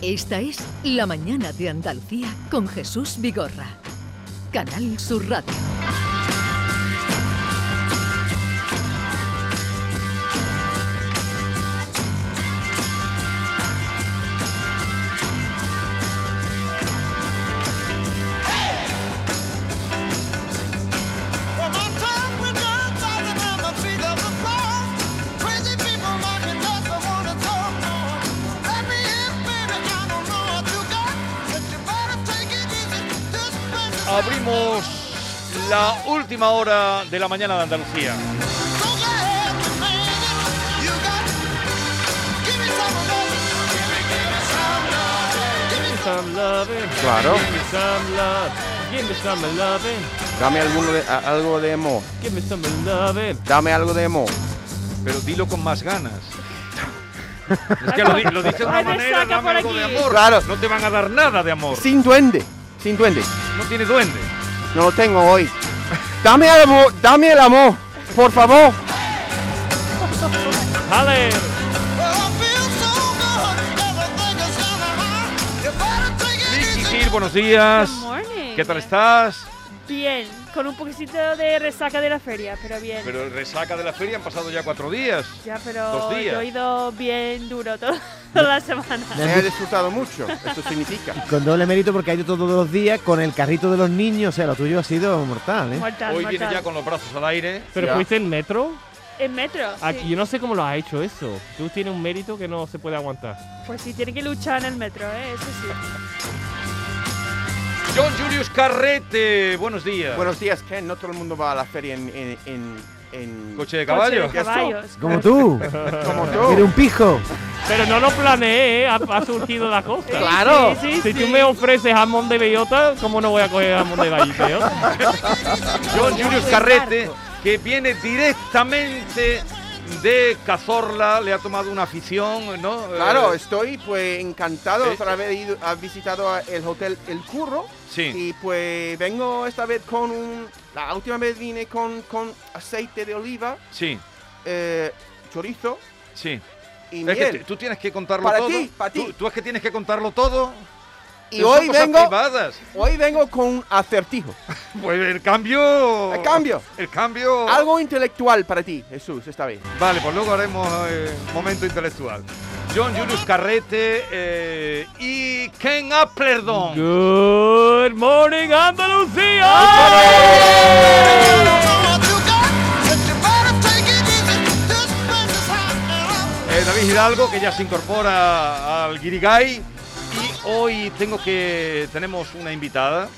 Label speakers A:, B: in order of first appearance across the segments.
A: Esta es La Mañana de Andalucía con Jesús Vigorra. Canal Sur Radio.
B: Abrimos la última hora de la mañana de Andalucía.
C: Claro.
D: Claro.
C: Dame alguno de, a- algo de emo. Dame algo de emo.
B: Pero dilo con más ganas. Es que lo, di- lo dices de una
E: Ay, me
B: manera,
E: saca
B: dame
E: por
B: algo de
E: aquí.
B: amor.
C: Claro.
B: No te van a dar nada de amor.
C: Sin duende. Sin duende.
B: No tienes duende.
C: No lo tengo hoy. Dame el amor. Dame el amor. Por favor.
D: ¡Ale!
F: Oh,
B: Vicky Gil, buenos días.
E: Good morning.
B: ¿Qué tal estás?
E: Bien, con un poquito de resaca de la feria, pero bien.
B: Pero resaca de la feria han pasado ya cuatro días.
E: ya,
B: dos
E: pero
B: días. ¿Eh?
E: yo he ido bien duro todo- toda la semana.
C: Me he disfrutado mucho. Eso significa.
G: Con doble mérito porque ha ido todos los días con el carrito de los niños, o sea, lo tuyo ha sido mortal, ¿eh?
E: Mortal,
B: Hoy viene
E: mortal.
B: ya con los brazos al aire.
D: ¿Pero
C: Ya.
D: fuiste en metro?
E: En metro. sí.
D: Aquí, yo no sé cómo lo has hecho eso. Tú tienes un mérito que no se puede aguantar.
E: Pues sí, tiene que luchar en el metro, ¿eh? eso sí.
B: John Julius Carrete, buenos días.
C: Buenos días, Ken. No todo el mundo va a la feria en... en, en- en-
B: Coche de caballo.
E: Coche de caballos.
G: Como tú.
C: Como
G: Eres
C: tú.
G: un pijo.
D: Pero no lo planeé, ¿eh? ha, ha surgido la cosa.
C: Claro.
E: Sí, sí,
D: Si
E: sí.
D: tú me ofreces jamón de bellota, ¿cómo no voy a coger jamón de bellota?
B: John Julius Carrete, que viene directamente de Cazorla, le ha tomado una afición, ¿no?
C: Claro,
B: Eh,
C: estoy pues encantado
B: eh,
C: por haber ido, ha visitado a- el hotel El Curro.
B: sí.
C: Y pues vengo esta vez con un... La última vez vine con, con aceite de oliva,
B: Sí,
C: eh, chorizo
B: sí.
C: y
B: Es que t-
C: miel.
B: tú tienes que contarlo
C: Para
B: todo.
C: ti, para ti.
B: Tú, tú es que tienes que contarlo todo.
C: Y
B: Pero son
C: hoy
B: cosas
C: vengo,
B: privadas.
C: hoy vengo con un acertijo.
B: Pues el cambio.
C: El cambio.
B: El cambio.
C: Algo intelectual para ti, Jesús, esta vez.
B: Vale, pues luego haremos eh, momento intelectual. John Julius Carrete eh, y Ken Applerdon.
D: Good morning,
C: morning.
D: Andalucía.
B: Eh, David Hidalgo, que ya se incorpora al Guirigay. Y hoy tengo que. Tenemos una invitada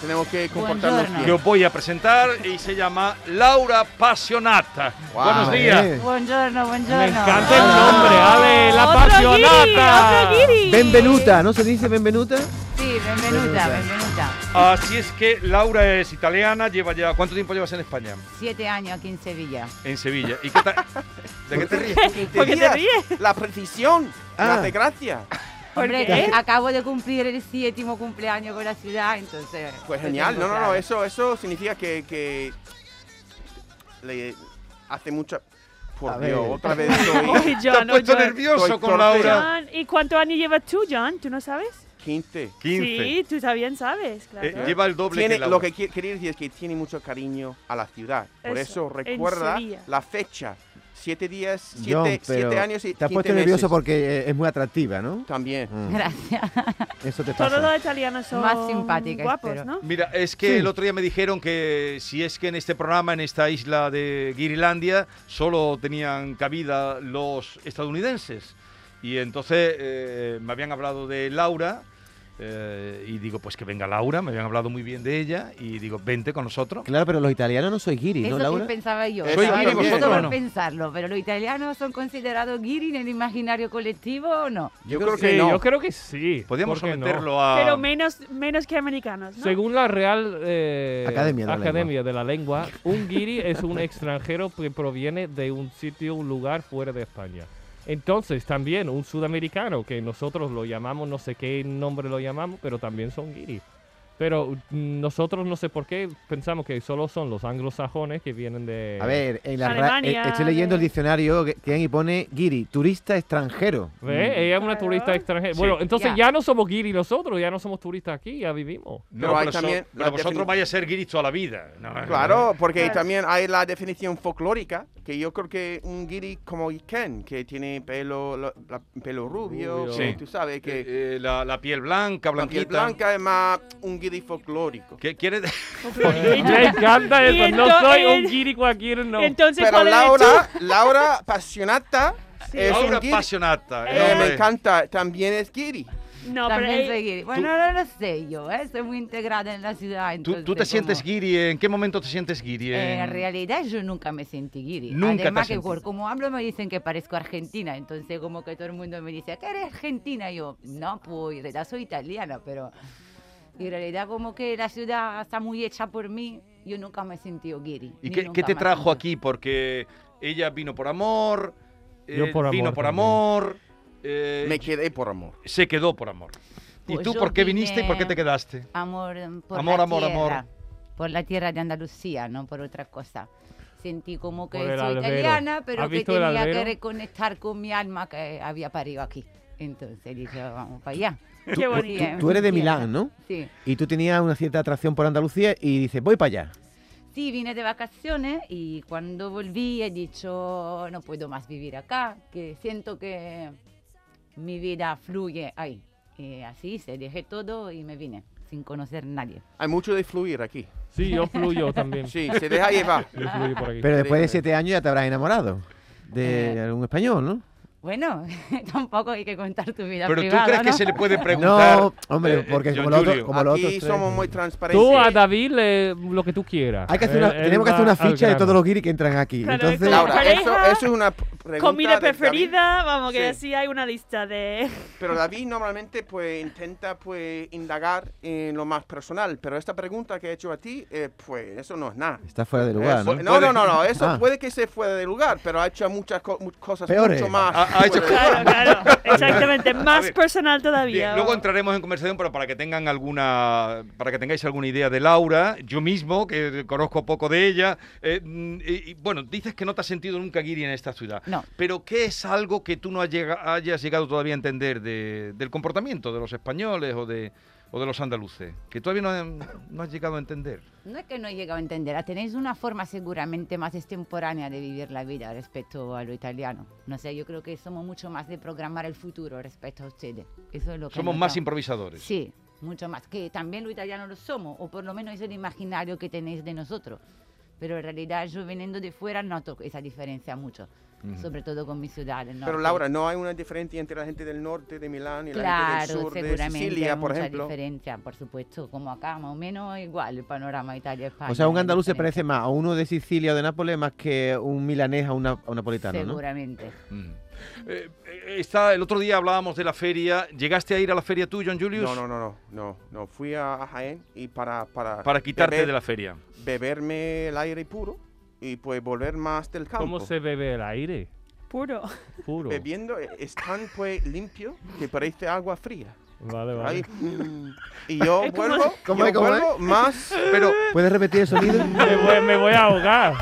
C: Tenemos que comportarnos
H: Buongiorno.
B: que
C: bien.
B: os voy a presentar y se llama Laura Passionata.
C: Wow.
B: Buenos días.
G: Eh,
H: Buongiorno, buongiorno.
D: Me encanta el nombre, Ale, la apasionata.
E: Otro guiri, otro guiri.
G: Benvenuta, ¿no se dice benvenuta?
H: Sí, benvenuta, benvenuta.
B: Así es que Laura es italiana, lleva ya. ¿Cuánto tiempo llevas en España?
H: Siete años aquí en Sevilla.
B: En Sevilla. ¿Y qué tal? ¿De qué te ríes?
E: ¿Por qué te
C: Días,
E: ríes?
C: La precisión,
G: Ah.
C: la desgracia.
E: ¿Por
H: Hombre,
E: qué?
H: que acabo de cumplir el séptimo cumpleaños con la ciudad, entonces.
C: Pues
H: lo
C: genial, no,
H: tengo
C: no, no,
H: claro.
C: eso, eso significa que, que le hace mucha...
G: A
C: Por
G: ver.
C: Dios, otra vez soy
E: Uy,
B: Te has
E: John, oh,
B: puesto
E: John.
B: nervioso
C: Soy
B: con
C: torpea.
B: Laura.
E: John, ¿y cuántos años llevas tú, John? ¿Tú no sabes?
C: 15.
B: 15.
E: Sí, tú también sabes, claro.
B: Eh, lleva el doble
C: Tiene,
B: que Laura.
C: lo que qui- quería decir es que tiene mucho cariño a la ciudad. Por eso,
E: Eso, en
C: recuerda
E: Sevilla.
C: la fecha. Siete días, siete,
G: John, pero
C: siete años y
G: Te has
C: 15
G: puesto nervioso
C: meses.
G: porque eh, es muy atractiva, ¿no?
C: También.
G: Mm,
H: Gracias.
G: Eso te
E: Todos
G: pasa.
E: los italianos son
H: Más simpática,
E: guapos,
H: espero.
E: ¿no?
B: Mira, es que
G: Sí.
B: el otro día me dijeron que si es que en este programa, en esta isla de Guirilandia, solo tenían cabida los estadounidenses. Y entonces eh, me habían hablado de Laura. eh, y digo, pues que venga Laura, me habían hablado muy bien de ella y digo, vente con nosotros.
G: Claro, pero los italianos no soy guiri,
H: Eso
G: ¿no,
H: sí
G: Laura?
H: pensaba yo.
C: Soy
H: Estaba
C: guiri
H: nervioso
C: vosotros,
H: por
B: ¿no?
H: pensarlo, pero los italianos son considerados guiri en el imaginario colectivo o no.
C: Yo, creo que
D: Sí,
C: no.
D: yo creo que sí.
B: Podríamos
D: ¿por qué no?
B: someterlo a...
E: Pero menos, menos que americanos, ¿no?
D: Ah. Según la Real eh,
G: Academia de la
D: Academia de la Lengua, un guiri es un extranjero que proviene de un sitio, un lugar fuera de España. Entonces, también un sudamericano, que nosotros lo llamamos, no sé qué nombre lo llamamos, pero también son guiri. Pero mm, nosotros no sé por qué pensamos que solo son los anglosajones que vienen de...
G: A ver, en la ra-
E: Alemania,
G: eh, estoy leyendo el
E: de-
G: diccionario que tienen y pone Giri, turista extranjero.
D: ¿Ve? Ella es una
E: Claro.
D: turista extranjera.
B: Sí.
D: Bueno, entonces
H: Ya.
D: ya no somos guiri nosotros, ya no somos turistas aquí, ya vivimos.
B: No,
C: Pero hay
B: so-
C: también
B: pero
C: la
B: vosotros
C: defini-
B: vais a ser guiris toda la vida. No, Eh, no,
C: Claro,
B: no.
C: porque
E: Claro.
C: también hay la definición folclórica, que yo creo que un guiri como Ken, que tiene pelo, la- la- pelo rubio,
D: Rubio.
B: Sí.
C: tú sabes, que
B: Eh, eh, la, la piel blanca,
C: la piel
B: blanquita.
C: blanca es más un guiri folclórico.
B: ¿Qué quiere de-
D: Me encanta
E: Y
D: eso, no
E: ento-
D: soy un
E: el-
D: guiri cualquiera, no.
E: Entonces,
C: Pero
E: ¿cuál eres tú?
C: Laura, Laura Passionata
E: Eh,
C: es
B: Laura
C: un guiri.
B: apasionata.
C: Eh,
B: el
C: me
B: hombre.
C: encanta, también es guiri.
E: No, pero
H: También
E: eh,
H: soy guiri. Bueno, no lo sé yo, ¿eh? Soy muy integrada en la ciudad.
B: ¿Tú, tú te
H: entonces,
B: sientes
H: como-
B: guiri? ¿En qué momento te sientes guiri?
H: Eh, en
B: En-
H: realidad yo nunca me sentí guiri.
B: Nunca te
H: Además
B: has
H: que
B: sentido.
H: por como hablo me dicen que parezco argentina, entonces como que todo el mundo me dice, ¿qué eres argentina? Y yo, no, pues en realidad soy italiana, pero en realidad como que la ciudad está muy hecha por mí, yo nunca me he sentido guiri.
B: ¿Y
H: ni
B: qué, qué
H: nunca
B: te
H: me he
B: trajo
H: sentido.
B: aquí? Porque ella vino por amor,
D: Yo
B: él
D: por amor
B: vino por
D: también.
B: amor, eh,
C: Me quedé por amor.
B: se quedó por amor. ¿Y
H: Pues
B: tú
H: yo
B: por qué viniste y
H: vine-
B: por qué te quedaste?
H: Amor eh, por
B: Amor,
H: la
B: amor, amor.
H: tierra, por la tierra de Andalucía, no por otra cosa. Sentí como que
D: Por el
H: soy
D: albero.
H: italiana,
D: ¿Has
H: pero que
D: visto el
H: tenía que
D: albero?
H: reconectar con mi alma que había parido aquí. Entonces dije, vamos para allá.
E: qué bonito.
H: Bien,
G: Tú eres de
H: bien.
G: Milán, ¿no?
H: Sí.
G: Y tú tenías una cierta atracción por Andalucía y dices, voy para allá.
H: Sí, vine de vacaciones y cuando volví he dicho, no puedo más vivir acá, que siento que mi vida fluye ahí. Y así se dejé todo y me vine, sin conocer nadie.
C: Hay mucho de fluir aquí.
D: Sí, yo fluyo también.
C: Sí, se deja llevar.
D: Yo fluyo por aquí.
G: Pero después de
C: Increíble.
G: siete años ya te habrás enamorado de
H: Eh.
G: algún español, ¿no?
H: Bueno, tampoco hay que contar tu vida
B: Pero tú
H: privada,
B: crees que
H: ¿no?
B: se le puede preguntar.
G: No, hombre,
B: eh,
G: porque
B: eh,
G: como
B: John
G: los otros,
B: Julio.
G: como los otros
C: Aquí
G: tres-
C: somos muy transparentes.
D: Tú a David le- lo que tú quieras.
G: eh. Hay que hacer
D: Él-
G: una,
D: él
G: tenemos que hacer una
D: va al
G: ficha de
D: grano.
G: todos los guiris que entran aquí.
E: Claro,
G: Entonces,
E: como-
C: Laura, eh. eso,
E: Pareja,
C: eso es una p- pregunta
E: Comida
C: de David,
E: preferida, vamos, que
C: Sí.
E: así hay una lista de...
C: pero David normalmente pues intenta pues indagar en lo más personal, pero esta pregunta que he hecho a ti, eh, pues eso no es nada.
G: está fuera de lugar,
C: Eso- eh, no,
G: ¿no?
C: no, no, no, eso
G: Ah.
C: puede que se fuera de lugar, pero ha hecho muchas co- mu- cosas
G: Peores.
C: mucho más.
B: Ha- ha hecho
C: fuera de
E: Claro,
C: lugar.
E: claro, exactamente, más
B: ver.
E: personal todavía.
B: Bien, luego entraremos en conversación, pero para que tengan alguna, para que tengáis alguna idea de Laura, yo mismo que conozco poco de ella, eh, mm, y- y, bueno, dices que no te has sentido nunca guiri en esta ciudad.
H: No.
B: Pero ¿qué es algo que tú no has llega- hayas llegado todavía a entender de- del comportamiento de los españoles o de, o de los andaluces? Que todavía no, han- no has llegado a entender.
H: No es que no he llegado a entenderla, tenéis una forma seguramente más extemporánea de vivir la vida respecto a lo italiano. No sé, yo creo que somos mucho más de programar el futuro respecto a ustedes. Eso es lo que he
B: Somos más
H: notado.
B: improvisadores.
H: Sí, mucho más. Que también los italianos lo somos, o por lo menos es el imaginario que tenéis de nosotros. Pero en realidad yo viniendo de fuera noto esa diferencia mucho, sobre todo con mi ciudad. del
C: Pero
H: norte.
C: Laura, no hay una diferencia entre la gente del norte de Milán y la gente
H: Claro,
C: del sur de
H: seguramente hay
C: Sicilia, por
H: mucha
C: ejemplo.
H: diferencia, por supuesto, como acá, más o menos igual el panorama Italia-España.
G: O sea, un
H: es
G: andaluz se
H: diferente.
G: parece más a uno de Sicilia o de Nápoles más que un milanés a, una- a un napolitano, ¿no?
H: Seguramente.
B: Mm. Eh, eh, está, el otro día hablábamos de la feria. ¿Llegaste a ir a la feria tú, John Julius?
C: No, no, no, no, no, no. Fui a, a Jaén y para para
B: Para quitarte
C: beber-
B: de la feria.
C: beberme el aire puro y pues volver más del campo.
D: ¿Cómo se bebe el aire?
E: Puro.
D: Puro.
C: bebiendo eh, es tan pues limpio que parece agua fría.
D: Vale, vale.
C: Ahí, y yo
E: Es como-
C: vuelvo,
G: ¿Cómo
C: yo
G: es, cómo es?
C: vuelvo más
B: Pero
G: ¿Puedes repetir el sonido?
D: Me voy, me voy a ahogar.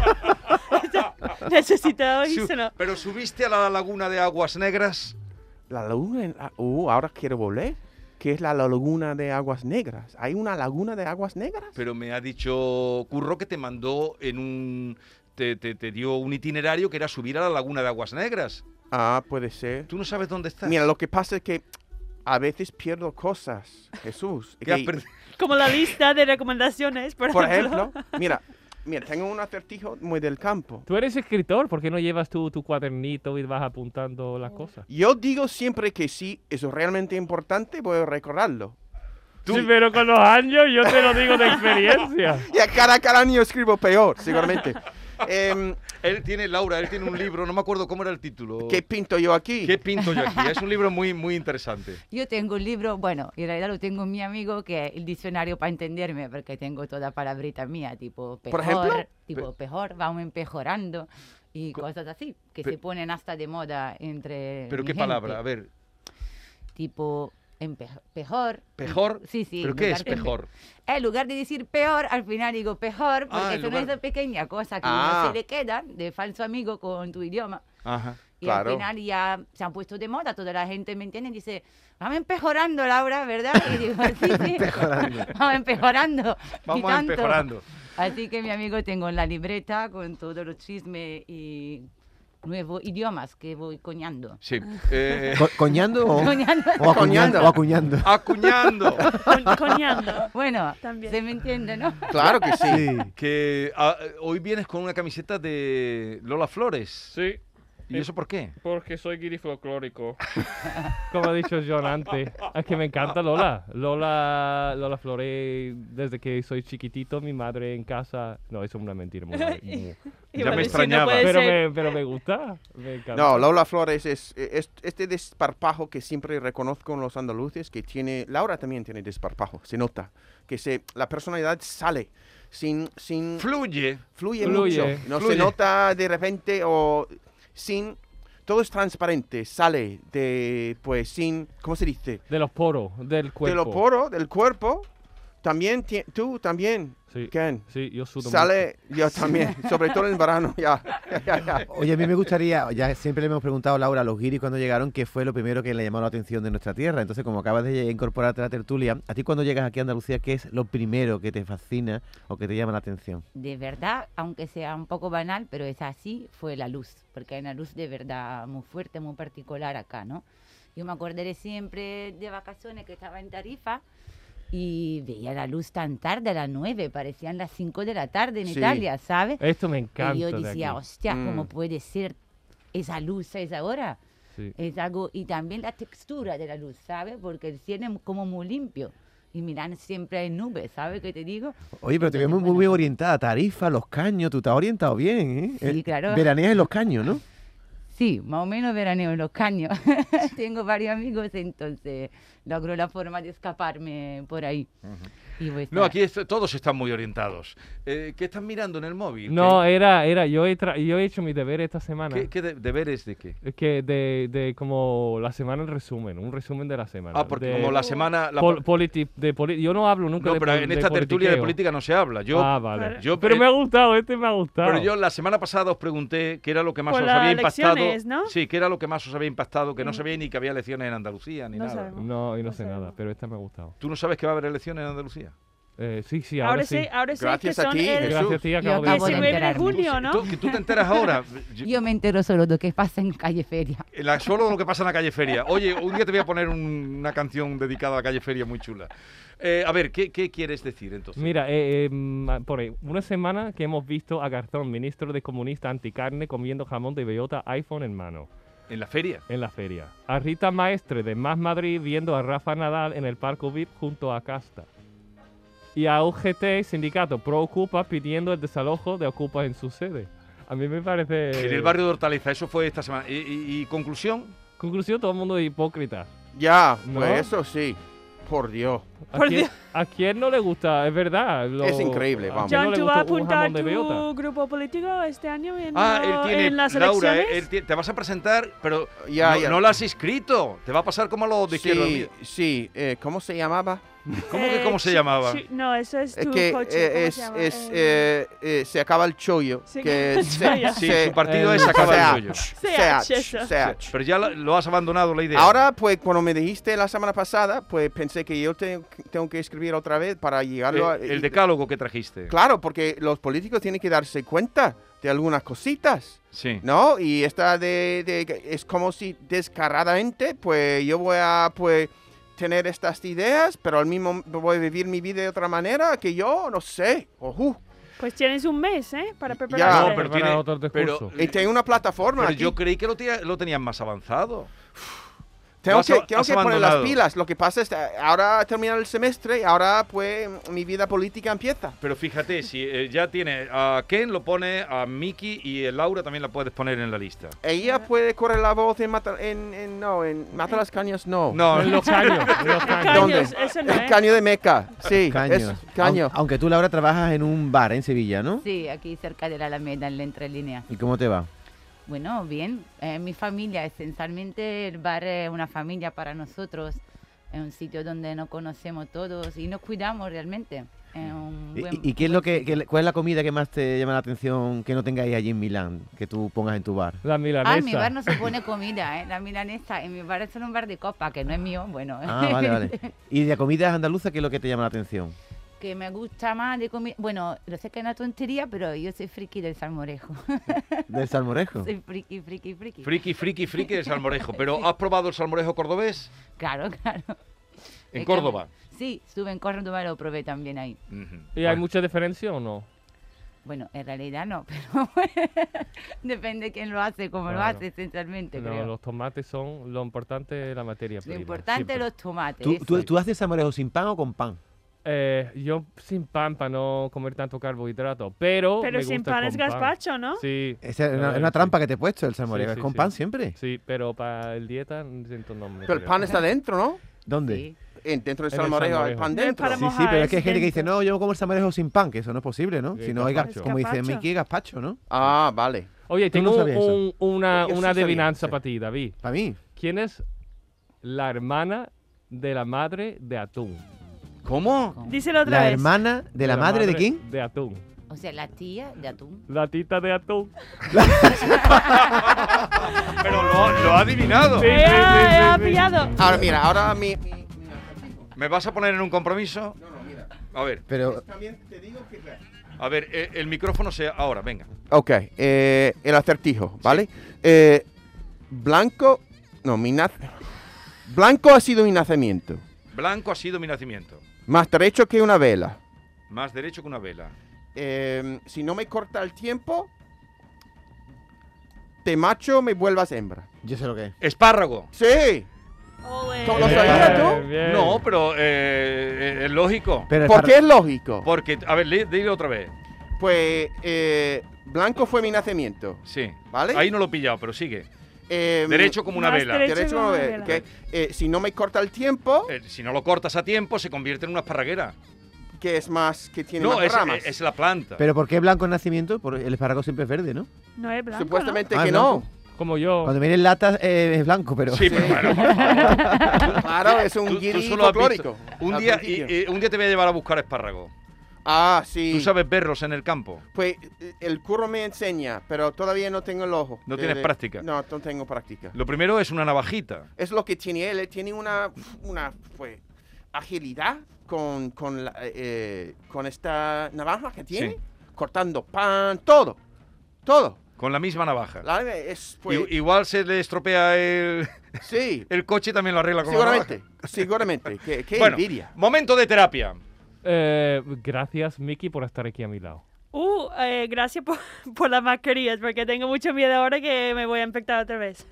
E: Necesitaba
B: Ah, Su-
E: irse, ¿no?
B: Pero subiste a la laguna de aguas negras.
C: la laguna. en la- uh, ahora quiero volver. Que es la laguna de aguas negras. Hay una laguna de aguas negras.
B: Pero me ha dicho Curro que te mandó en un. Te, te- te dio un itinerario que era subir a la laguna de aguas negras.
C: Ah, puede ser.
B: Tú no sabes dónde está.
C: Mira, lo que pasa es que a veces pierdo cosas, Jesús.
B: Que has
C: que-
B: perdido.
E: Como la lista de recomendaciones, por,
C: por ejemplo, mira, mira, tengo un acertijo muy del campo.
D: Tú eres escritor, ¿por qué no llevas tu, tu cuadernito y vas apuntando las cosas?
C: Yo digo siempre que sí, eso es realmente importante, voy a recordarlo.
D: Sí, pero con los años yo te lo digo de experiencia.
C: Y a cara a cara año escribo peor, seguramente. Em,
B: Él tiene, Laura, él tiene un libro, no me acuerdo cómo era el título.
C: ¿Qué pinto yo aquí?
B: ¿Qué pinto yo aquí? Es un libro muy, muy interesante.
H: Yo tengo un libro, bueno, en realidad lo tengo en mi amigo, que es el diccionario para entenderme, porque tengo toda palabrita mía, tipo peor,
C: Por ejemplo,
H: tipo peor, vamos empejorando y
B: Co-
H: cosas así, que
B: Pe-
H: se ponen hasta de moda entre...
B: Pero
H: mi
B: qué
H: gente.
B: palabra, a ver.
H: Tipo en Pejo- Pejor.
B: ¿Pejor?
H: Sí, sí.
B: ¿Pero qué
H: lugar
B: es
H: que-
B: pejor?
H: En lugar de decir peor, al final digo pejor, porque
B: Ah, en
H: eso no
B: lugar-
H: es de pequeña cosa que
C: Ah.
H: uno se le queda de falso amigo con tu idioma.
B: Ajá.
H: Y
C: Claro.
H: al final ya se han puesto de moda, toda la gente me entiende y dice, vamos empejorando, Laura, ¿verdad? Y digo, sí, sí,
G: Mejorando.
H: vamos empejorando. y
B: Vamos
H: tanto".
B: empejorando.
H: Así que, mi amigo, tengo la libreta con todos los chismes y nuevos idiomas que voy coñando.
B: Sí. Eh,
G: Co- ¿Coñando o,
H: Coñando.
G: o acuñando?
C: Coñando.
G: O acuñando.
B: acuñando.
E: Con- coñando.
H: Bueno,
E: También.
H: se me entiende, ¿no?
C: Claro que sí.
G: Sí.
B: Que ah, hoy vienes con una camiseta de Lola Flores.
D: Sí,
B: ¿Y eso por qué?
D: porque soy guiri folclórico. Como ha dicho John antes, es que me encanta Lola. Lola, Lola Floré, desde que soy chiquitito, mi madre en casa... No, eso es una mentira. muy mal- muy-
B: Ya me
E: Igual, si no
B: extrañaba.
E: puede
D: pero,
E: ser-
D: me, pero me gusta, me encanta.
C: No, Laura Flores es, es- este desparpajo que siempre reconozco en los andaluces que tiene. Laura también tiene desparpajo, se nota. Que se, la personalidad sale. Sin, sin
B: Fluye.
C: fluye,
D: Fluye.
C: mucho. No
B: Fluye.
C: se nota de repente o sin. Todo es transparente, sale de. Pues sin. ¿Cómo se dice?
D: De los poros, del
C: De
D: cuerpo.
C: lo poro, del cuerpo. También ti- tú, también,
D: Sí,
C: Ken.
D: sí, yo sudo
C: Sale yo también, sobre todo en verano, ya. ya, ya.
G: Oye, a mí me gustaría, ya siempre le hemos preguntado a Laura, a los guiris cuando llegaron, qué fue lo primero que le llamó la atención de nuestra tierra. Entonces, como acabas de lle- incorporarte a la tertulia, a ti cuando llegas aquí a Andalucía, ¿qué es lo primero que te fascina o que te llama la atención?
H: de verdad, aunque sea un poco banal, pero es así, fue la luz, porque hay una luz de verdad muy fuerte, muy particular acá, ¿no? Yo me acordaré siempre de vacaciones que estaba en Tarifa y veía la luz tan tarde, a las 9, parecían las 5 de la tarde en
C: Sí.
H: Italia, ¿sabes?
D: mucho. Esto me encanta.
H: Y yo
D: de
H: decía,
D: aquí.
H: hostia, ¿cómo
C: Mm.
H: puede ser esa luz a esa hora?
D: Sí.
H: Es algo, y también la textura de la luz, ¿sabes? Porque el cielo es como muy limpio. Y miran siempre hay nubes, ¿sabes qué te digo?
G: Oye, pero te veo muy, muy bien orientada. Tarifa, los caños, tú te has orientado bien, ¿eh?
H: Sí,
G: Eh,
H: claro.
G: Veraneas en los caños, ¿no?
H: Sí, más o menos veraneo en los caños. Tengo varios amigos, entonces logro la forma de escaparme por ahí. Y pues voy a
B: No,
H: estar-
B: aquí est- todos están muy orientados. Eh, ¿Qué están mirando en el móvil?
D: No, era, era, yo he, tra- yo he hecho mi deber esta semana.
B: ¿Qué, qué de- deberes de qué?
D: Es que de, de como la semana en resumen, un resumen de la semana.
B: Ah, porque
D: De
B: como la semana... la-
D: pol- politi- de poli- yo no hablo nunca
B: no,
D: de
B: pero
D: pol-
B: en
D: de
B: esta tertulia de
D: politiqueo.
B: política no se habla. Yo,
D: ah, vale.
B: yo-
D: pero
B: eh,
D: me ha gustado, este me ha gustado.
B: pero yo la semana pasada os pregunté qué era lo que más
E: Por
B: os
E: las
B: había impactado.
E: elecciones, ¿no? Mm.
B: Sí, qué era lo que más os había impactado, que no sabía ni que había elecciones en Andalucía ni
E: No
B: nada.
E: sabemos.
D: No, y no
E: No
D: sé
E: sabemos.
D: nada, pero esta me ha gustado.
B: ¿Tú no sabes que va a haber elecciones en Andalucía?
D: Eh, sí, sí, ahora,
E: Ahora
D: sí.
E: sé, ahora sé que
C: Gracias a
E: son
C: ti,
E: el
C: Jesús.
D: Gracias, tía,
H: Yo
D: acabo de
H: acabo de
D: aprender.
E: 19 de
H: enterarme.
E: junio, ¿no?
B: Tú- que tú te enteras ahora.
H: Yo me entero solo de lo que pasa en calle Feria.
B: La, solo lo que pasa en la calle Feria. Oye, un día te voy a poner un- una canción dedicada a la calle Feria muy chula. Eh, a ver, ¿qué, qué quieres decir entonces?
D: Mira, eh, eh, mm, por ahí, una semana que hemos visto a Garzón, ministro de comunista anticarne, comiendo jamón de bellota iPhone en mano,
B: En la feria.
D: en la feria. A Rita Maestre de Más Madrid viendo a Rafa Nadal en el Parco VIP junto a Casta. Y a UGT, sindicato pro Ocupa, pidiendo el desalojo de Ocupa en su sede. A mí me parece...
B: En el barrio de Hortaliza, eso fue esta semana. ¿Y, y- y conclusión?
D: Conclusión, todo el mundo es hipócrita.
C: Ya,
D: ¿No?
C: pues eso sí. Por Dios.
D: ¿A,
E: Por
D: quién,
E: Dios.
D: a quién no le gusta? Es verdad. lo-
C: Es increíble,
D: ¿a
C: vamos.
D: quién no
E: John,
D: le
E: ¿tú
D: gusta
E: vas a
D: un jamón
E: apuntar
D: de bellota?
E: tu grupo político este año en,
B: Ah, él
E: lo-
B: tiene.
E: en las
B: Laura, eh,
E: elecciones?
B: él ti- te vas a presentar, pero
C: Ya,
B: no,
C: ya.
B: no la has inscrito. Te va a pasar como a los de izquierda
C: sí,
B: unida.
C: sí. eh, ¿Cómo se llamaba?
B: ¿Cómo que
E: Eh,
B: cómo se
E: chi-
B: llamaba?
E: chi- no, eso es
C: Es
E: tu
C: que
E: coche.
C: eh,
E: ¿cómo
C: es,
E: se llama?
C: es,
E: Eh,
C: eh, eh, se acaba el chollo.
E: Sí,
C: que se,
E: chollo.
B: Sí,
C: se-
B: su partido es
D: El-
B: acabar
C: Seach,
B: el yoyo.
E: Seach,
C: Seach,
E: eso.
C: Seach.
B: Pero ya la- lo has abandonado la idea.
C: Ahora, pues, cuando me dijiste la semana pasada, pues pensé que yo te- tengo que escribir otra vez para
B: el,
C: llegarlo a-
B: Eh, el decálogo que trajiste.
C: Claro, porque los políticos tienen que darse cuenta de algunas cositas,
B: Sí.
C: ¿no? Y esta de, de- es como si descaradamente, pues, yo voy a, pues, tener estas ideas, pero al mismo voy a vivir mi vida de otra manera que yo, no sé, ojú.
E: Pues tienes un mes, ¿eh? Para
C: Ah,
E: prepararte.
B: no, pero
D: Prepara
B: tiene.
D: otro discurso.
B: pero-
C: Y tengo una plataforma.
B: Pero
C: aquí.
B: yo creí que lo, tía- lo tenían más avanzado.
C: Tengo
B: has
C: que,
B: ab-
C: tengo
B: has
C: que poner las
B: abandonado.
C: pilas. Lo que pasa es que ahora termina el semestre y ahora pues mi vida política empieza.
B: Pero fíjate, si eh, ya tiene a Ken, lo pone a Mickey y eh, Laura también la puedes poner en la lista.
C: Ella puede correr la voz en Mata, en, en- no, en Mata las Cañas, no.
B: No,
D: En los caños. en los caños.
C: ¿Dónde?
E: Caños, eso no,
C: El
E: ¿eh?
C: caño de Meca, sí,
G: Caños.
C: es caño.
G: Aun- aunque tú, Laura, trabajas en un bar en Sevilla, ¿no?
H: Sí, aquí cerca de la Alameda, en la entrelínea.
G: ¿Y cómo te va?
H: eh, Bueno, bien, eh, mi familia, esencialmente el bar es una familia para nosotros. Es un sitio donde nos conocemos todos y nos cuidamos realmente. Es un
G: ¿Y,
H: buen-
G: y- y qué es
H: buen
G: lo que,
H: sitio.
G: que- cuál es la comida que más te llama la atención que no tengáis allí en Milán, que tú pongas en tu bar?
D: La milanesa.
H: Ah, en mi bar no se pone comida, ¿eh? La milanesa. En mi bar es solo un bar de copa, que no es mío, bueno.
G: Ah, vale, vale. ¿Y de comidas andaluzas qué es lo que te llama la atención?
H: que me gusta más de comida. Bueno, lo sé que es una tontería, pero yo soy friki del salmorejo.
G: ¿Del salmorejo?
H: soy friki, friki, friki.
B: Friki, friki, friki de salmorejo. Pero ¿has probado el salmorejo cordobés
H: Claro, claro.
B: en
H: Es que-
B: Córdoba?
H: Sí, estuve en Córdoba, lo probé también ahí.
B: Ujú.
D: ¿Y hay mucha diferencia o no?
H: Bueno, en realidad no, pero depende quién lo hace, cómo
D: Claro.
H: lo hace, esencialmente,
D: No,
H: creo.
D: los tomates son lo importante es la materia
H: Lo
D: prima.
H: importante
D: siempre.
H: los tomates. ¿eh?
G: ¿Tú,
H: eso.
G: tú- tú haces salmorejo sin pan o con pan?
D: Eh, yo sin pan para no comer tanto carbohidrato, pero
E: Pero
D: me
E: sin
D: gusta
E: pan
D: con
E: es gazpacho, ¿no?
D: Sí.
G: Esa es una,
D: claro
G: es una
D: que
G: trampa
D: sí.
G: que te he puesto el salmorejo.
D: sí,
G: ¿Es con
D: sí.
G: pan siempre?
D: Sí, pero para el dieta siento no me
C: Pero el
D: creo.
C: pan está dentro, ¿no?
G: ¿Dónde?
H: Sí.
C: En- dentro del
D: En el
C: salmorejo hay
D: salmorejo.
C: pan
E: No es
C: dentro.
E: para
G: Sí, sí,
E: mojar,
G: pero es
E: es
G: que hay gente que dice,
E: dentro.
G: no, yo como el salmorejo sin pan, que eso no es posible, ¿no?
D: Sí,
G: Si no, hay
D: gazpacho.
G: gazpacho. Como dice
E: Gazpacho.
G: Miki, gazpacho, ¿no?
C: Ah, vale.
D: Oye,
G: Tú no
D: tengo
G: sabías eso.
D: un- una,
C: Yo sí
D: una
C: sabía,
D: adivinanza
G: sí.
D: para ti, David.
G: Para mí.
D: ¿Quién es la hermana de la madre de Atún?
B: ¿Cómo?
E: Díselo otra
G: La
E: vez.
G: hermana de la madre de quién?
D: De Atún.
H: O sea, la tía de atún.
D: La tita de Atún.
B: Pero lo, lo ha adivinado.
D: Sí.
E: ¡Ea, ea, pillado!
C: Ahora, mira, ahora mi... mi-
B: ¿Me vas a poner en un compromiso? A ver,
G: Pero,
C: También te digo que...
B: a ver, eh, el micrófono sea ahora, venga.
C: Ok, eh, el acertijo, ¿vale? Eh, blanco... No, mi naz- Blanco ha sido mi nacimiento.
B: Blanco ha sido mi nacimiento.
C: Más derecho que una vela.
B: Más derecho que una vela.
C: Eh, si no me corta el tiempo... Te macho, me vuelvas hembra.
G: yo sé lo que es.
B: Espárrago.
C: ¡Sí!
E: Ole.
C: ¿Cómo lo
D: Bien,
C: sabías
E: eh,
C: tú?
D: bien.
B: No, pero eh, eh, es lógico.
G: Pero el
C: ¿Por
G: par-
C: qué es lógico?
B: Porque, a ver, le- dile otra vez.
C: Pues eh, blanco fue mi nacimiento.
B: Sí.
C: ¿Vale?
B: Ahí no lo he pillado, pero sigue.
C: Eh,
B: Derecho como una
E: Más
B: vela.
E: dere-
C: derecho
E: Derecho
C: como
E: como
C: ve-
E: vela.
C: que, eh, si no me corta el tiempo,
B: Eh, si no lo cortas a tiempo, se convierte en una esparraguera.
C: que es más, que tiene
B: No,
C: más
B: es,
C: ramas.
B: es- es la planta.
G: Pero ¿por qué blanco en nacimiento? Por- el espárrago siempre es verde, ¿no?
E: No es blanco,
C: Supuestamente
G: Ah,
C: que
G: es
C: no.
D: Como yo.
G: Cuando viene en lata eh, es blanco, pero...
B: Sí, pero bueno, por favor.
C: Claro, es
B: Tú-
C: un
B: tú
C: guiri
B: solo has
C: folclórico.
B: visto- Un
C: al
B: día, y,
C: principio.
B: y un día te voy a llevar a buscar espárrago.
C: Ah, sí.
B: Tú sabes verlos en el campo.
C: Pues eh, el curro me enseña, pero todavía no tengo el ojo. Eh,
B: No tienes práctica.
C: No, no tengo práctica.
B: Lo primero es una navajita.
C: Es lo que tiene él. él Tiene una, una pues, agilidad con, con, la- eh, con esta navaja que tiene.
B: Sí.
C: Cortando pan, todo. Todo.
B: Con la misma navaja.
C: La- es, pues,
B: I- igual se le estropea el,
C: sí.
B: el coche y también lo arregla con la navaja.
C: Seguramente, seguramente. Qué, qué
B: Bueno,
C: envidia.
B: momento de terapia.
D: Eh, gracias, Miki, por estar aquí a mi lado.
E: Uh, eh, gracias por, por las mascarillas, porque tengo mucho miedo ahora que me voy a infectar otra vez.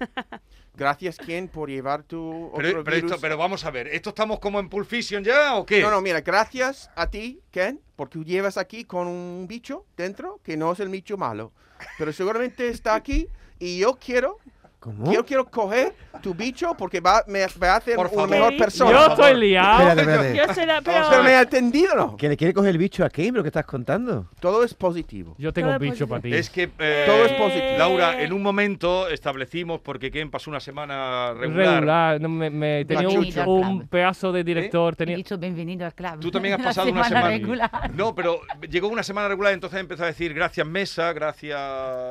C: Gracias, Ken, por llevar tu
B: Pero,
C: otro
B: pero esto-
C: virus.
B: pero vamos a ver, ¿esto estamos como en Pulp Fiction ya o qué?
C: No, no, mira, gracias a ti, Ken, porque tú llevas aquí con un bicho dentro que no es el bicho malo. Pero seguramente está aquí y yo quiero,
G: ¿Cómo?
C: yo quiero coger tu bicho porque va, me va a hacer
B: Por
C: una
B: favor.
C: mejor
E: Sí.
C: persona.
D: yo
B: por
D: estoy
B: favor.
D: liado.
G: Espérate, espérate.
E: Yo soy la
B: Vamos a
C: Pero me
E: peor.
C: ha entendido, ¿no?
G: Que le quiere coger el bicho a Kane, lo que estás contando.
C: Todo es positivo.
D: Yo tengo un
E: Todo
D: bicho
E: positivo.
D: para ti.
B: Es que eh,
C: Todo es positivo.
B: Laura, en un momento establecimos porque Ken pasó una semana regular.
D: Regular, no, me, me- tenía un,
H: Machucho.
D: un pedazo de director.
H: He
D: Tenía,
H: dicho bienvenido al club.
B: Tú también has
H: La
B: pasado una semana.
H: regular.
B: No, pero llegó una semana regular, entonces empezó a decir gracias mesa, gracias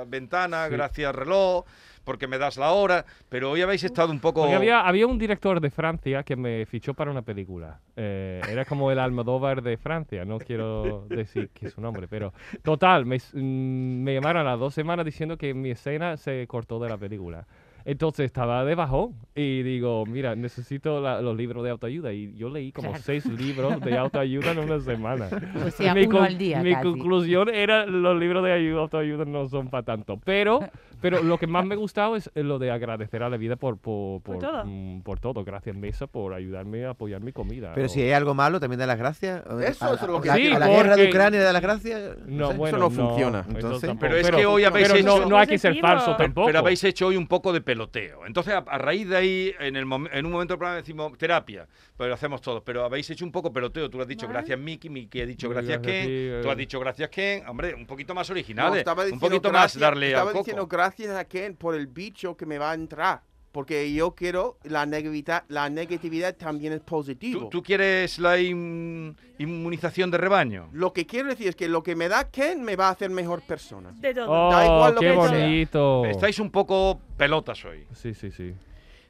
B: ventana,
D: Sí.
B: gracias reloj, porque me das la hora, pero hoy habéis estado un poco
D: Porque había, había un director de Francia que me fichó para una película. Eh, era como el Almodóvar de Francia. No quiero decir que es su nombre, pero total, me, s- mm, me llamaron a las dos semanas diciendo que mi escena se cortó de la película. Entonces estaba de bajón y digo, mira, necesito la- los libros de autoayuda. Y yo leí como
H: Claro.
D: seis libros de autoayuda en una semana.
H: O sea,
D: mi
H: uno
D: con-
H: al día
D: mi
H: casi.
D: conclusión era los libros de ayu- autoayuda no son para tanto. Pero, pero lo que más me ha gustado es eh, lo de agradecer a la vida por, por,
E: Por todo.
D: mm, por todo. Gracias, Mesa, por ayudarme a apoyar mi comida.
G: Pero
D: O-
G: si hay algo malo, también da las gracias. O-
C: Eso
G: a,
C: es lo que-
G: a- a-
D: Sí,
G: a la guerra de
D: porque-
G: Ucrania da las gracias.
D: No,
C: eso
D: bueno,
C: no funciona.
D: eso
G: Entonces-
D: tampoco.
B: Pero es que hoy habéis
D: pero no,
B: hecho-
D: no hay que ser
E: Positivo.
D: falso
E: Pero-
D: tampoco.
B: Pero habéis hecho hoy un poco de peloteo. Entonces, a, a raíz de ahí, en, el mom- en un momento del programa decimos terapia, pero lo hacemos todos. Pero habéis hecho un poco peloteo. Tú lo has dicho
E: Vale.
B: gracias, Miki, Miki ha dicho
D: Muy
B: gracias,
D: gracias a
B: Ken,
D: ti,
B: tú
D: eh.
B: has dicho gracias, Ken. Hombre, un poquito más
C: No,
B: originales,
C: estaba
B: un
C: diciendo
B: poquito más
C: gracias-
B: darle
C: Estaba
B: a coco.
C: diciendo gracias a Ken por el bicho que me va a entrar. Porque yo quiero la negatividad, la negatividad también es positivo.
B: ¿Tú, tú quieres la in- inmunización de rebaño?
C: Lo que quiero decir es que lo que me da Ken me va a hacer mejor persona.
E: De todo.
C: Da
D: ¡Oh,
C: igual lo
D: qué
C: que sea.
D: bonito!
B: Estáis un poco pelotas hoy.
D: Sí, sí, sí.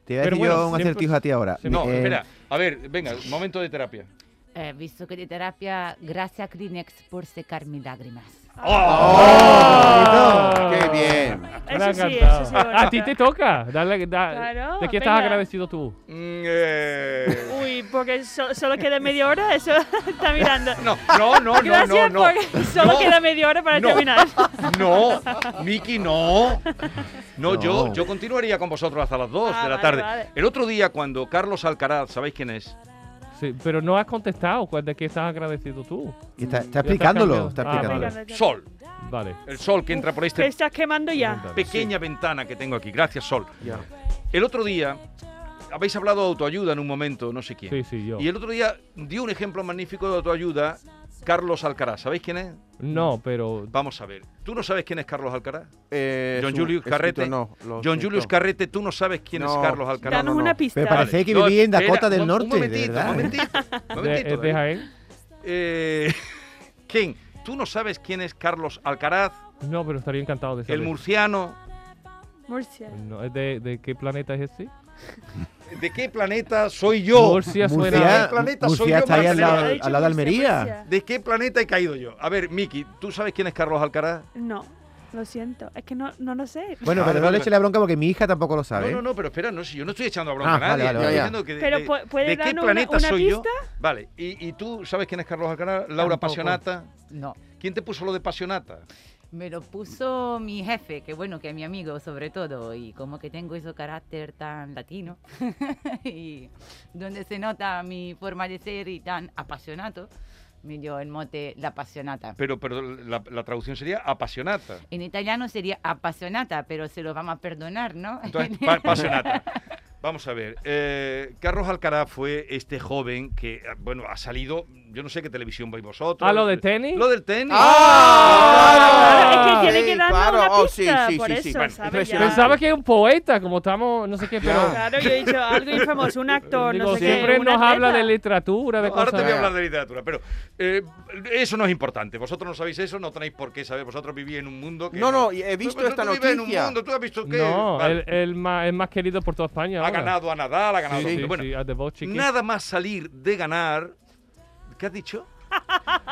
G: Te voy a
D: Pero
G: decir
D: bueno,
G: yo un
D: siempre-
G: acertijo a ti ahora.
D: Sí,
B: No,
G: Eh,
B: espera. A ver, venga, momento de terapia.
H: Eh, visto que de terapia, gracias Kleenex por secar mis lágrimas.
E: ¡Ah!
D: ¡Oh!
C: ¡Qué bien!
D: Me ha
E: Eso sí,
D: encantado.
E: eso sí.
D: Ah, A ti
E: bonito.
D: te toca. Dale, da-
E: Claro,
D: ¿De
E: venga.
D: qué estás agradecido tú?
B: Mm, eh,
E: Uy, porque so- solo queda media hora, eso está mirando.
B: No, no, no, no, no,
E: Gracias,
B: no.
E: porque solo
B: No.
E: queda media hora para
B: No.
E: terminar.
B: No, Miki, no. No,
G: No.
B: Yo, yo continuaría con vosotros hasta las 2
E: Ah,
B: de la
E: vale,
B: tarde.
E: vale.
B: El otro día, cuando Carlos Alcaraz, ¿sabéis quién es?
D: Sí, pero no has contestado. ¿cuál- ¿De qué estás agradecido tú?
G: y está, está
D: Ya te has cambiado.
G: explicándolo. Está
D: Ah,
G: explicándolo.
E: Venga,
B: Sol.
D: Vale.
B: El sol que entra por
E: Te
B: esta
E: estás quemando ya.
B: pequeña ventana que tengo aquí. Gracias, Sol.
C: Ya.
B: El otro día, habéis hablado de autoayuda en un momento, no sé quién.
D: Sí, sí, yo.
B: Y el otro día dio un ejemplo magnífico de autoayuda Carlos Alcaraz. ¿Sabéis quién es?
D: No, pero
B: Vamos a ver. ¿tú no sabes quién es Carlos Alcaraz?
C: Eh,
B: John
C: es un
B: Julius
C: escritor,
B: Carrete.
C: no, lo
B: John
C: siento.
B: Julius Carrete, tú no sabes quién es
C: No,
B: Carlos Alcaraz.
C: no,
E: Danos
C: no.
E: una pista.
G: Pero parece que
B: No,
G: vivía en Dakota
B: espera,
G: del
B: un-
G: Norte,
B: Un
G: de
B: momentito,
G: verdad.
B: un momentito. un
D: de-
B: momentito,
D: es de
B: David.
D: Jaén.
B: Eh, Ken, tú no sabes quién es Carlos Alcaraz,
D: No, pero estaría encantado de saber.
B: el murciano.
E: Murcia.
D: No, ¿es de, de qué planeta es ese?
B: ¿De qué planeta soy yo?
D: Murcia suena.
B: Murcia.
G: Murcia,
B: El planeta soy
G: Murcia
B: yo,
G: está ahí al
B: Marcela.
G: lado,
E: Ha dicho
G: al lado de
E: Murcia,
G: Almería.
E: Murcia.
B: ¿De qué planeta he caído yo? A ver, Miki, ¿tú sabes quién es Carlos Alcaraz?
E: No, lo siento. Es que no, no lo sé.
D: Ah,
G: Bueno, pero no le eche la bronca porque mi hija tampoco lo sabe. ¿eh?
B: No, no, no, pero espera, no, si yo no estoy echando a broma a
G: Ah, vale,
B: nadie.
G: vale,
B: estoy
G: vale.
B: diciendo que de-
E: Pero
B: de-
E: pu- ¿puede
B: ¿De qué
E: darnos
B: planeta
E: una- una
B: soy
E: pista?
B: yo? Vale, y, y tú sabes quién es Carlos Alcaraz? Laura
D: Tampoco.
B: Pasionata.
H: No,
B: ¿Quién te puso lo de Pasionata?
H: me lo puso mi jefe, que bueno, que es mi amigo sobre todo, y como que tengo ese carácter tan latino, y donde se nota mi forma de ser y tan apasionado, me dio el mote la apasionata.
B: Pero, pero la, la traducción sería apasionata.
H: En italiano sería apasionata, pero se lo vamos a perdonar, ¿no?
B: Entonces, pa- apasionata. Vamos a ver. eh, Carlos Alcaraz fue este joven que, ah, bueno, ha salido. Yo no sé qué televisión vais vosotros.
D: ¿Ah, lo de tenis? Ah,
B: Lo del tenis.
E: ¡Ah! Claro,
C: ¡Ah!
E: es que tiene que
C: Sí,
E: darnos
C: claro.
E: una
C: Oh, sí,
E: pista,
C: sí,
E: por
C: sí,
E: eso,
C: sí.
B: Bueno,
E: ¿sabes? Ya.
D: Pensaba que era un poeta, como estamos, no sé qué, pero.
E: Claro, yo he dicho algo infamoso, un actor,
D: Digo,
E: no sé qué,
D: siempre
E: un
D: nos habla
E: atleta.
D: de literatura, de
B: Ahora
D: cosas.
B: te voy a hablar de literatura, pero eh, eso no es importante. Vosotros no sabéis eso, no tenéis por qué saber. Vosotros vivís en un mundo que.
C: No, no, he visto
B: Tú- tú
C: esta
B: vives en un
C: noticia.
B: mundo, tú has visto que.
D: No,
B: Vale.
D: el, el más, el más querido por toda España.
B: ha
D: ahora.
B: ganado a Nadal, ha ganado.
D: Sí, sí,
B: bueno,
D: sí, a The Voice Chiqui.
B: nada más salir de ganar. ¿Qué has dicho?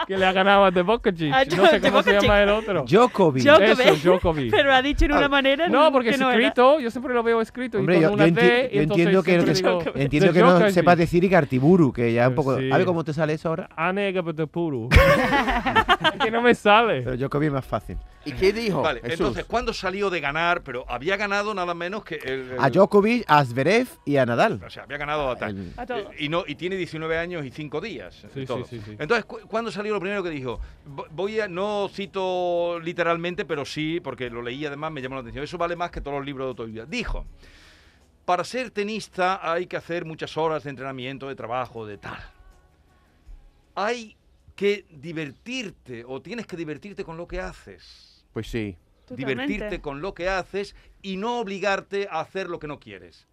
D: Que le ha ganado a The Bocachic.
E: Ah,
D: No sé
E: The
D: cómo se
E: Bocachic.
D: llama el otro.
G: Djokovic.
E: Yo- Djokovic.
D: Eso, Djokovic.
E: Pero ha dicho en una manera
D: No, porque
E: que
D: es
E: no era.
D: escrito, yo siempre lo veo escrito.
G: Hombre,
D: y
G: yo,
D: con
G: yo
D: una
G: enti-
D: D, y
G: yo entiendo
D: entonces
G: que no, te-
D: siempre digo,
G: entiendo
D: "The
G: que no
D: Djokovic".
G: sepas decir Icartiburu, que ya un
D: Pues
G: poco...
D: sí.
G: ¿Sabe cómo te sale eso ahora?
D: Anega de Puru. Es que no me sale.
G: Pero Djokovic es más fácil.
C: ¿Y qué dijo?
B: Vale,
C: Jesús?
B: entonces, ¿cuándo salió de ganar? Pero había ganado nada menos que. El, el-
G: A Djokovic, a Zverev y a Nadal.
B: O sea, había
D: Ah,
B: ganado a tal.
G: El-
E: A todo.
B: Y, no, y tiene 19 años y 5 días. eh,
D: Sí,
B: todo.
D: sí, sí, sí.
B: Entonces, cu- ¿cuándo salió lo primero que dijo? Vo- Voy a, no cito literalmente, pero sí, porque lo leí además, me llamó la atención. Eso vale más que todos los libros de autoayuda. Dijo, para ser tenista hay que hacer muchas horas de entrenamiento, de trabajo, de tal. Hay que divertirte o tienes que divertirte con lo que haces
C: Pues sí.
E: Totalmente.
B: divertirte con lo que haces y no obligarte a hacer lo que no quieres.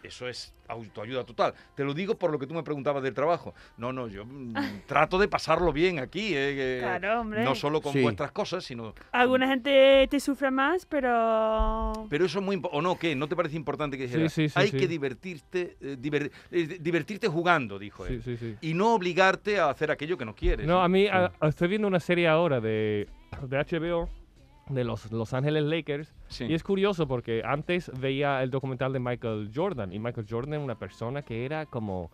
B: Eso es autoayuda total. Te lo digo por lo que tú me preguntabas del trabajo. No, no, yo mm, trato de pasarlo bien aquí. eh, que
E: Claro, hombre.
B: No solo con
C: Sí.
B: vuestras cosas, sino...
E: Alguna gente te sufre más, pero... pues,
B: Pero eso es muy... impo- ¿O no? ¿Qué? ¿No te parece importante que dijeras?
D: sí, sí,
B: Hay
D: sí.
B: que divertirte, eh, diver- eh, divertirte jugando, dijo
D: Sí,
B: él.
D: sí, sí.
B: Y no obligarte a hacer aquello que no quieres.
D: No, a mí a- a- estoy viendo una serie ahora de, de HBO de los Los Ángeles Lakers
B: Sí.
D: y es curioso porque antes veía el documental de Michael Jordan y Michael Jordan era una persona que era como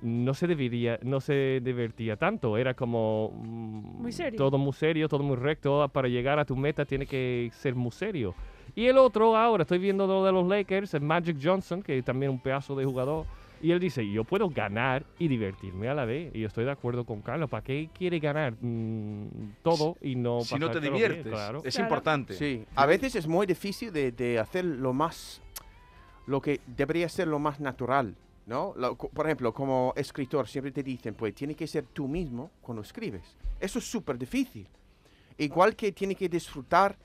D: no se dividía, no se divertía tanto, era como mm,
E: Muy serio.
D: todo muy serio, todo muy recto, ah, para llegar a tu meta tiene que ser muy serio. Y el otro ahora estoy viendo lo de los Lakers, el Magic Johnson, que también es un pedazo de jugador y él dice, yo puedo ganar y divertirme a la vez. Y yo estoy de acuerdo con Carlos. ¿Para qué quiere ganar mm, todo y no...
B: Si no te
D: pasártelo bien?
B: diviertes,
D: claro.
B: es
E: Claro.
B: importante.
C: Sí. A veces es muy difícil de, de hacer lo más. lo que debería ser lo más natural, ¿no? Lo- co- por ejemplo, como escritor, siempre te dicen, pues tiene que ser tú mismo cuando escribes. Eso es súper difícil. Igual que tiene que disfrutar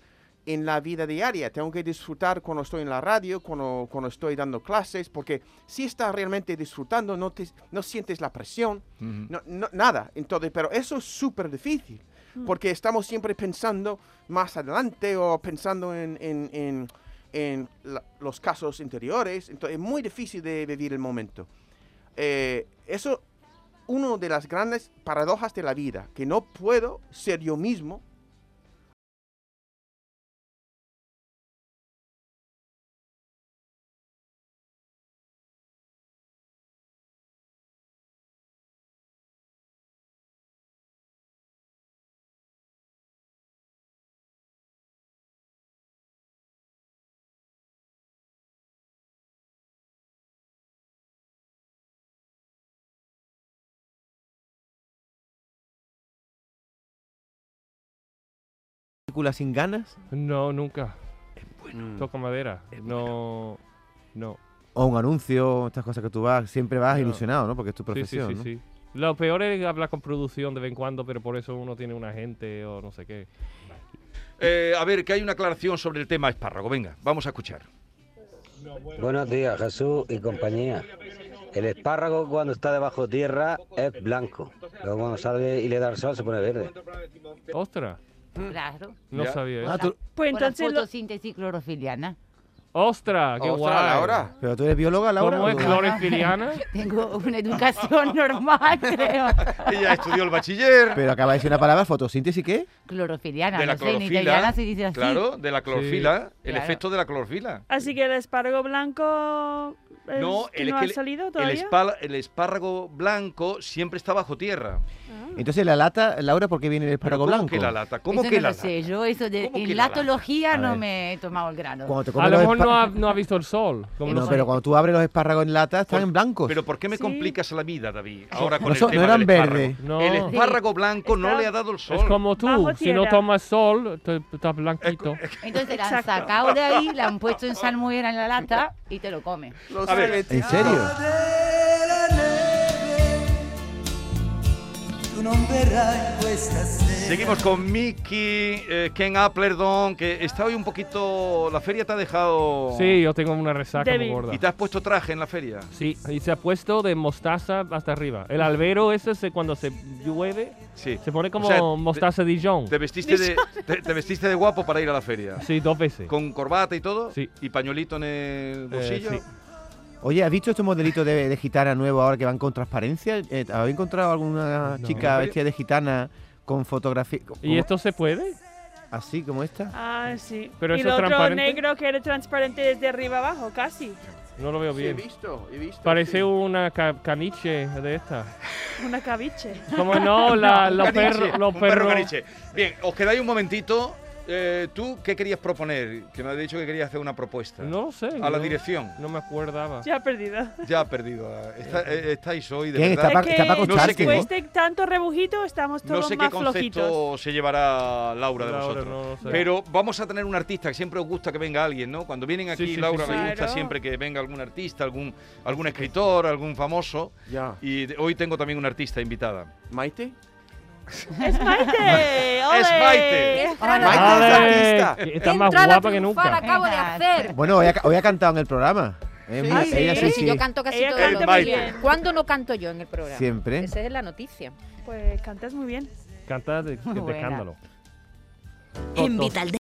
C: en la vida diaria. Tengo que disfrutar cuando estoy en la radio, cuando, cuando estoy dando clases, porque si estás realmente disfrutando, no, te, no sientes la presión,
B: Ujú.
C: no, no- nada. Entonces, pero eso es súper difícil, porque estamos siempre pensando más adelante o pensando en, en- en- en la- los casos interiores. Entonces, es muy difícil de vivir el momento. Eh, eso una de las grandes paradojas de la vida, que no puedo ser yo mismo
G: película sin ganas?
D: No, nunca.
C: Mm.
D: Toco madera.
G: Es
D: No. No.
G: O un anuncio, estas cosas que tú vas, siempre vas
D: No.
G: ilusionado, ¿no? Porque es tu
D: Sí, sí,
G: profesión,
D: sí,
G: ¿no?
D: sí. Lo peor es hablar con producción de vez en cuando, pero por eso uno tiene un agente o no sé qué.
B: Eh, a ver, que hay una aclaración sobre el tema espárrago. Venga, vamos a escuchar.
F: Buenos días, Jesús y compañía. El espárrago cuando está debajo tierra es blanco. Luego cuando sale y le da el sol se pone verde.
D: ¡Ostras!
H: Claro.
D: No
B: Ya.
D: sabía
G: Ah,
D: eso.
G: tú-
E: Pues
H: Con la
E: entonces lo-
H: fotosíntesis clorofiliana.
D: ¡Ostras! ¡Qué
C: Ostras,
D: guay!
C: Laura.
G: ¿Pero tú eres bióloga, Laura?
D: ¿Cómo
G: o-
D: es clorofiliana?
H: Tengo una educación normal, creo.
B: Ella estudió el bachiller
G: Pero acaba de decir una palabra, fotosíntesis, ¿qué?
H: Clorofiliana.
B: de la
H: no sé, en italiana
B: clorofila.
H: se dice así.
B: Claro, de la clorofila, el
H: claro.
B: efecto de la clorofila.
E: Así que el espárrago blanco es-
B: No,
E: que
B: el-
E: no
B: que
E: ha
B: el-
E: salido
B: El,
E: todavía.
B: espal- el espárrago blanco siempre está bajo tierra.
E: Ah.
G: Entonces, la lata, Laura, ¿por qué viene el
B: Pero
G: espárrago
B: ¿cómo
G: blanco?
B: que la lata? ¿Cómo
H: Eso
B: que
H: no
B: la
H: lo sé.
B: lata?
H: Yo eso de,
B: ¿Cómo que
H: en
B: la lata?
H: latología
G: A
H: no
G: ver.
H: me he tomado el grado.
G: Cuando te comes
D: A lo
G: los
D: mejor no
G: espá-
D: ha, no ha visto el sol. Como
G: No,
D: no
G: pero
D: sabe.
G: cuando tú abres los espárragos en lata, están
B: Por-
G: en blancos.
B: Pero ¿por qué me
E: Sí.
B: complicas la vida, David? Ahora con
G: No
B: el
G: son- no
B: tema
G: eran
B: del espárrago.
G: verdes.
D: No.
B: El
D: Sí.
B: espárrago blanco no
E: Está-
B: le ha dado el sol.
D: Es como tú.
E: Bajo
D: Si no
E: tierra.
D: tomas sol, te- te estás blanquito.
H: Entonces la han
E: Exacto.
H: sacado de ahí, la han puesto en salmuera en la lata y te lo comes.
C: Los
B: A ver,
G: ¿En serio?
B: Seguimos con Mickey, eh, Ken Applerdon, que está hoy un poquito... La feria te ha dejado...
D: Sí, yo tengo una resaca muy
E: Débil.
D: gorda.
B: Y te has puesto traje en la feria.
D: Sí, y se ha puesto de mostaza hasta arriba. El albero ese se- cuando se llueve
B: Sí.
D: se pone como
B: O sea, te-
D: mostaza Dijon.
B: Te vestiste, de, te, te vestiste de guapo para ir a la feria.
D: Sí, dos veces.
B: Con corbata y todo.
D: Sí.
B: Y pañuelito en el
D: Eh,
B: bolsillo.
D: sí.
G: Oye, ¿has visto estos modelitos de, de gitana nuevo ahora que van con transparencia? Eh, ¿Habéis encontrado alguna
D: No.
G: chica vestida de gitana con fotografía? co-
D: ¿Y esto se puede?
G: ¿Así como esta?
E: Ah, sí.
D: Pero
E: y
D: eso
E: el
D: es
E: otro
D: transparente.
E: negro que era transparente desde arriba abajo, casi.
D: No lo veo
C: Sí, he
D: bien.
C: visto, he visto.
D: Parece
C: sí.
D: una ca- caniche de esta.
E: Una cabiche.
D: Como no, la, los
B: Caniche,
D: perros. Los
B: un perro
D: perros.
B: caniche. Bien, os quedáis un momentito. Eh, ¿Tú qué querías proponer? Que me has dicho que querías hacer una propuesta.
D: No lo sé.
B: A la
D: no-
B: dirección.
D: No me acordaba.
E: Ya perdido.
B: Ya ha perdido. a- está- eh, estáis hoy, de
G: ¿Quién
B: verdad.
G: Pa-
E: Es que
G: está Paco
B: No sé qué-
E: después de tanto rebujito estamos
B: No
E: todos
B: sé qué
E: más
B: concepto
E: flojitos.
B: se llevará Laura de
D: Laura,
B: vosotros.
D: no lo sé.
B: Pero vamos a tener un artista que siempre os gusta que venga alguien, ¿no? Cuando vienen aquí,
D: Sí, sí,
B: Laura
D: sí,
B: le
E: sí.
B: gusta
E: Claro.
B: siempre que venga algún artista, algún, algún escritor, algún famoso.
C: Ya.
B: Y de- hoy tengo también una artista invitada.
C: ¿Maite?
E: Es Maite. ¡Ole!
B: Es Maite.
C: Maite es
D: ¡Ale!
C: artista.
D: Ah, Está más
I: Entrar a
D: guapa que
I: triunfar,
D: nunca.
I: acabo de hacer.
G: Bueno, hoy ha, hoy ha cantado en el programa. Es
C: Sí.
G: muy-
E: Ah, ¿sí?
G: Ella sí,
I: Sí,
G: sí.
I: yo canto casi
E: Ella
I: todos
B: canta
I: los
B: muy
I: días.
E: bien.
I: ¿Cuándo no canto yo en el programa?
G: Siempre.
I: Esa es la noticia.
E: Pues cantas muy bien.
D: Canta de, de
H: Buena.
D: escándalo.
J: En Vitalden